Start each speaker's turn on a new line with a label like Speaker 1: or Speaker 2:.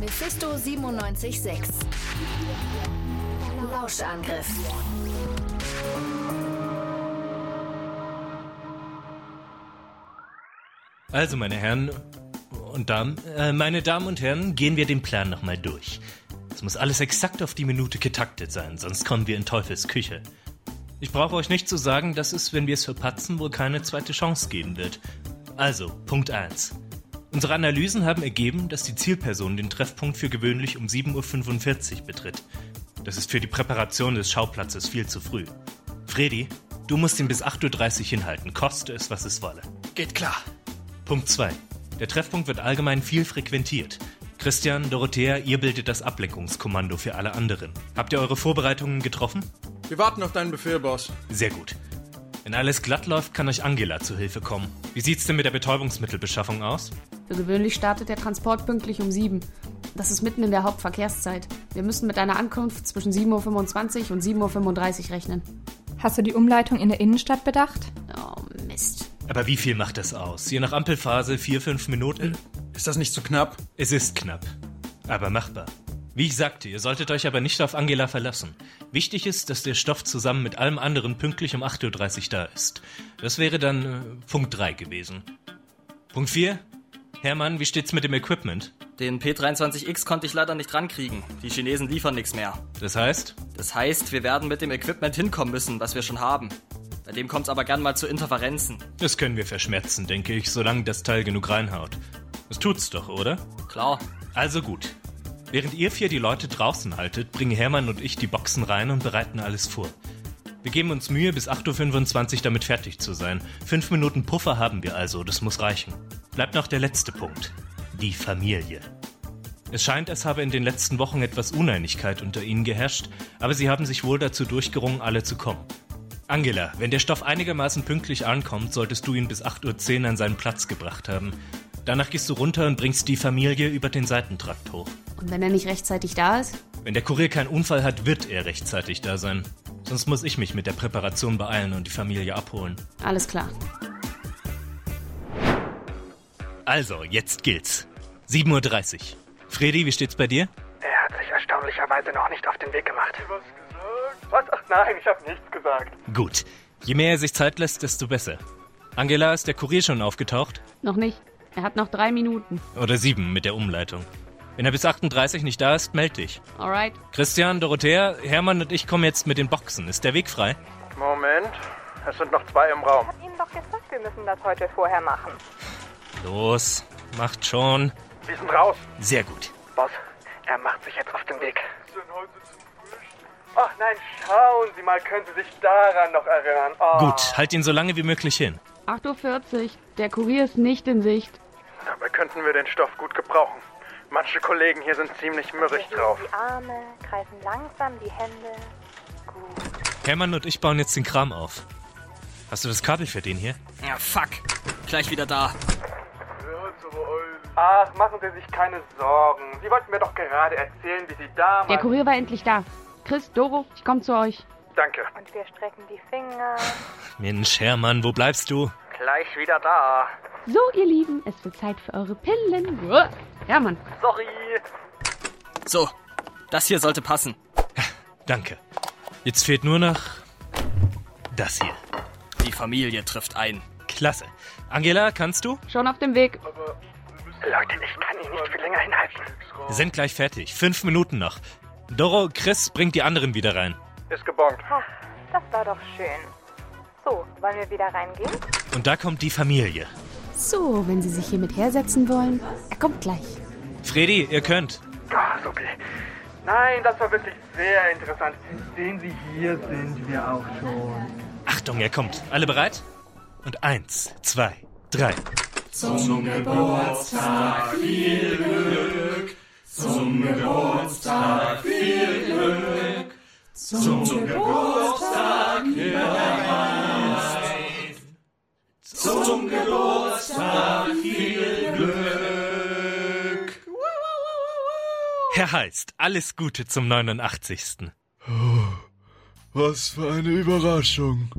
Speaker 1: Mephisto 97.6. Lauschangriff.
Speaker 2: Also, meine Herren und Damen, äh, meine Damen und Herren, gehen wir den Plan nochmal durch. Es muss alles exakt auf die Minute getaktet sein, sonst kommen wir in Teufels Küche. Ich brauche euch nicht zu sagen, dass es, wenn wir es verpatzen, wohl keine zweite Chance geben wird. Also, Punkt 1. Unsere Analysen haben ergeben, dass die Zielperson den Treffpunkt für gewöhnlich um 7.45 Uhr betritt. Das ist für die Präparation des Schauplatzes viel zu früh. Freddy, du musst ihn bis 8.30 Uhr hinhalten, koste es, was es wolle.
Speaker 3: Geht klar.
Speaker 2: Punkt 2. Der Treffpunkt wird allgemein viel frequentiert. Christian, Dorothea, ihr bildet das Ablenkungskommando für alle anderen. Habt ihr eure Vorbereitungen getroffen?
Speaker 3: Wir warten auf deinen Befehl, Boss.
Speaker 2: Sehr gut. Wenn alles glatt läuft, kann euch Angela zu Hilfe kommen. Wie sieht's denn mit der Betäubungsmittelbeschaffung aus?
Speaker 4: Für gewöhnlich startet der Transport pünktlich um 7. Das ist mitten in der Hauptverkehrszeit. Wir müssen mit einer Ankunft zwischen 7.25 Uhr und 7.35 Uhr rechnen.
Speaker 5: Hast du die Umleitung in der Innenstadt bedacht?
Speaker 4: Oh, Mist.
Speaker 2: Aber wie viel macht das aus? Je nach Ampelphase 4-5 Minuten?
Speaker 3: Ist das nicht zu knapp?
Speaker 2: Es ist knapp, aber machbar. Wie ich sagte, ihr solltet euch aber nicht auf Angela verlassen. Wichtig ist, dass der Stoff zusammen mit allem anderen pünktlich um 8.30 Uhr da ist. Das wäre dann äh, Punkt 3 gewesen. Punkt 4? Hermann, wie steht's mit dem Equipment?
Speaker 6: Den P23X konnte ich leider nicht rankriegen. Die Chinesen liefern nichts mehr.
Speaker 2: Das heißt?
Speaker 6: Das heißt, wir werden mit dem Equipment hinkommen müssen, was wir schon haben. Bei dem kommt's aber gern mal zu Interferenzen.
Speaker 2: Das können wir verschmerzen, denke ich, solange das Teil genug reinhaut. Das tut's doch, oder?
Speaker 6: Klar.
Speaker 2: Also gut. Während ihr vier die Leute draußen haltet, bringen Hermann und ich die Boxen rein und bereiten alles vor. Wir geben uns Mühe, bis 8.25 Uhr damit fertig zu sein. Fünf Minuten Puffer haben wir also, das muss reichen. Bleibt noch der letzte Punkt. Die Familie. Es scheint, es habe in den letzten Wochen etwas Uneinigkeit unter ihnen geherrscht, aber sie haben sich wohl dazu durchgerungen, alle zu kommen. Angela, wenn der Stoff einigermaßen pünktlich ankommt, solltest du ihn bis 8.10 Uhr an seinen Platz gebracht haben. Danach gehst du runter und bringst die Familie über den Seitentrakt hoch.
Speaker 4: Und wenn er nicht rechtzeitig da ist?
Speaker 2: Wenn der Kurier keinen Unfall hat, wird er rechtzeitig da sein. Sonst muss ich mich mit der Präparation beeilen und die Familie abholen.
Speaker 4: Alles klar.
Speaker 2: Also, jetzt gilt's. 7.30 Uhr. Freddy, wie steht's bei dir?
Speaker 7: Er hat sich erstaunlicherweise noch nicht auf den Weg gemacht.
Speaker 8: Was? Ach nein, ich habe nichts gesagt.
Speaker 2: Gut. Je mehr er sich Zeit lässt, desto besser. Angela, ist der Kurier schon aufgetaucht?
Speaker 4: Noch nicht. Er hat noch drei Minuten.
Speaker 2: Oder sieben mit der Umleitung. Wenn er bis 38 nicht da ist, melde dich.
Speaker 4: Alright.
Speaker 2: Christian, Dorothea, Hermann und ich kommen jetzt mit den Boxen. Ist der Weg frei?
Speaker 3: Moment. Es sind noch zwei im Raum.
Speaker 9: Ihnen doch gesagt, wir müssen das heute vorher machen.
Speaker 2: Los, macht schon.
Speaker 3: Wir sind raus.
Speaker 2: Sehr gut.
Speaker 7: Boss, er macht sich jetzt auf den Weg.
Speaker 8: Ach nein, schauen Sie mal, können Sie sich daran noch erinnern. Oh.
Speaker 2: Gut, halt ihn so lange wie möglich hin.
Speaker 4: 8.40 Uhr. Der Kurier ist nicht in Sicht.
Speaker 3: Dabei könnten wir den Stoff gut gebrauchen. Manche Kollegen hier sind ziemlich mürrig drauf.
Speaker 9: Die Arme greifen langsam die Hände. Gut.
Speaker 2: Hermann und ich bauen jetzt den Kram auf. Hast du das Kabel für den hier?
Speaker 6: Ja, fuck. Gleich wieder da.
Speaker 8: Ach, machen Sie sich keine Sorgen. Sie wollten mir doch gerade erzählen, wie Sie damals...
Speaker 4: Der Kurier war endlich da. Chris, Doro, ich komme zu euch.
Speaker 3: Danke.
Speaker 9: Und wir strecken die Finger.
Speaker 2: Mensch, Hermann, wo bleibst du?
Speaker 7: Gleich wieder da.
Speaker 4: So, ihr Lieben, es wird Zeit für eure Pillen. Uah. Hermann,
Speaker 8: Sorry.
Speaker 6: So, das hier sollte passen.
Speaker 2: Danke. Jetzt fehlt nur noch das hier.
Speaker 6: Die Familie trifft ein.
Speaker 2: Klasse. Angela, kannst du?
Speaker 4: schon auf dem Weg.
Speaker 7: Leute, ich kann ihn nicht viel länger hinhalten.
Speaker 2: Wir sind gleich fertig. Fünf Minuten noch. Doro, Chris, bringt die anderen wieder rein.
Speaker 3: Ist gebongt.
Speaker 9: Ha, das war doch schön. So, wollen wir wieder reingehen?
Speaker 2: Und da kommt die Familie.
Speaker 4: So, wenn Sie sich hier mit hersetzen wollen, er kommt gleich.
Speaker 2: Freddy, ihr könnt.
Speaker 7: Ah, Supi.
Speaker 8: Nein, das war wirklich sehr interessant. Sehen Sie
Speaker 3: Hier sind wir auch schon.
Speaker 2: Achtung, er kommt. Alle bereit? Und eins, zwei, drei. Herr Heist, alles Gute zum 89.
Speaker 10: Was für eine Überraschung.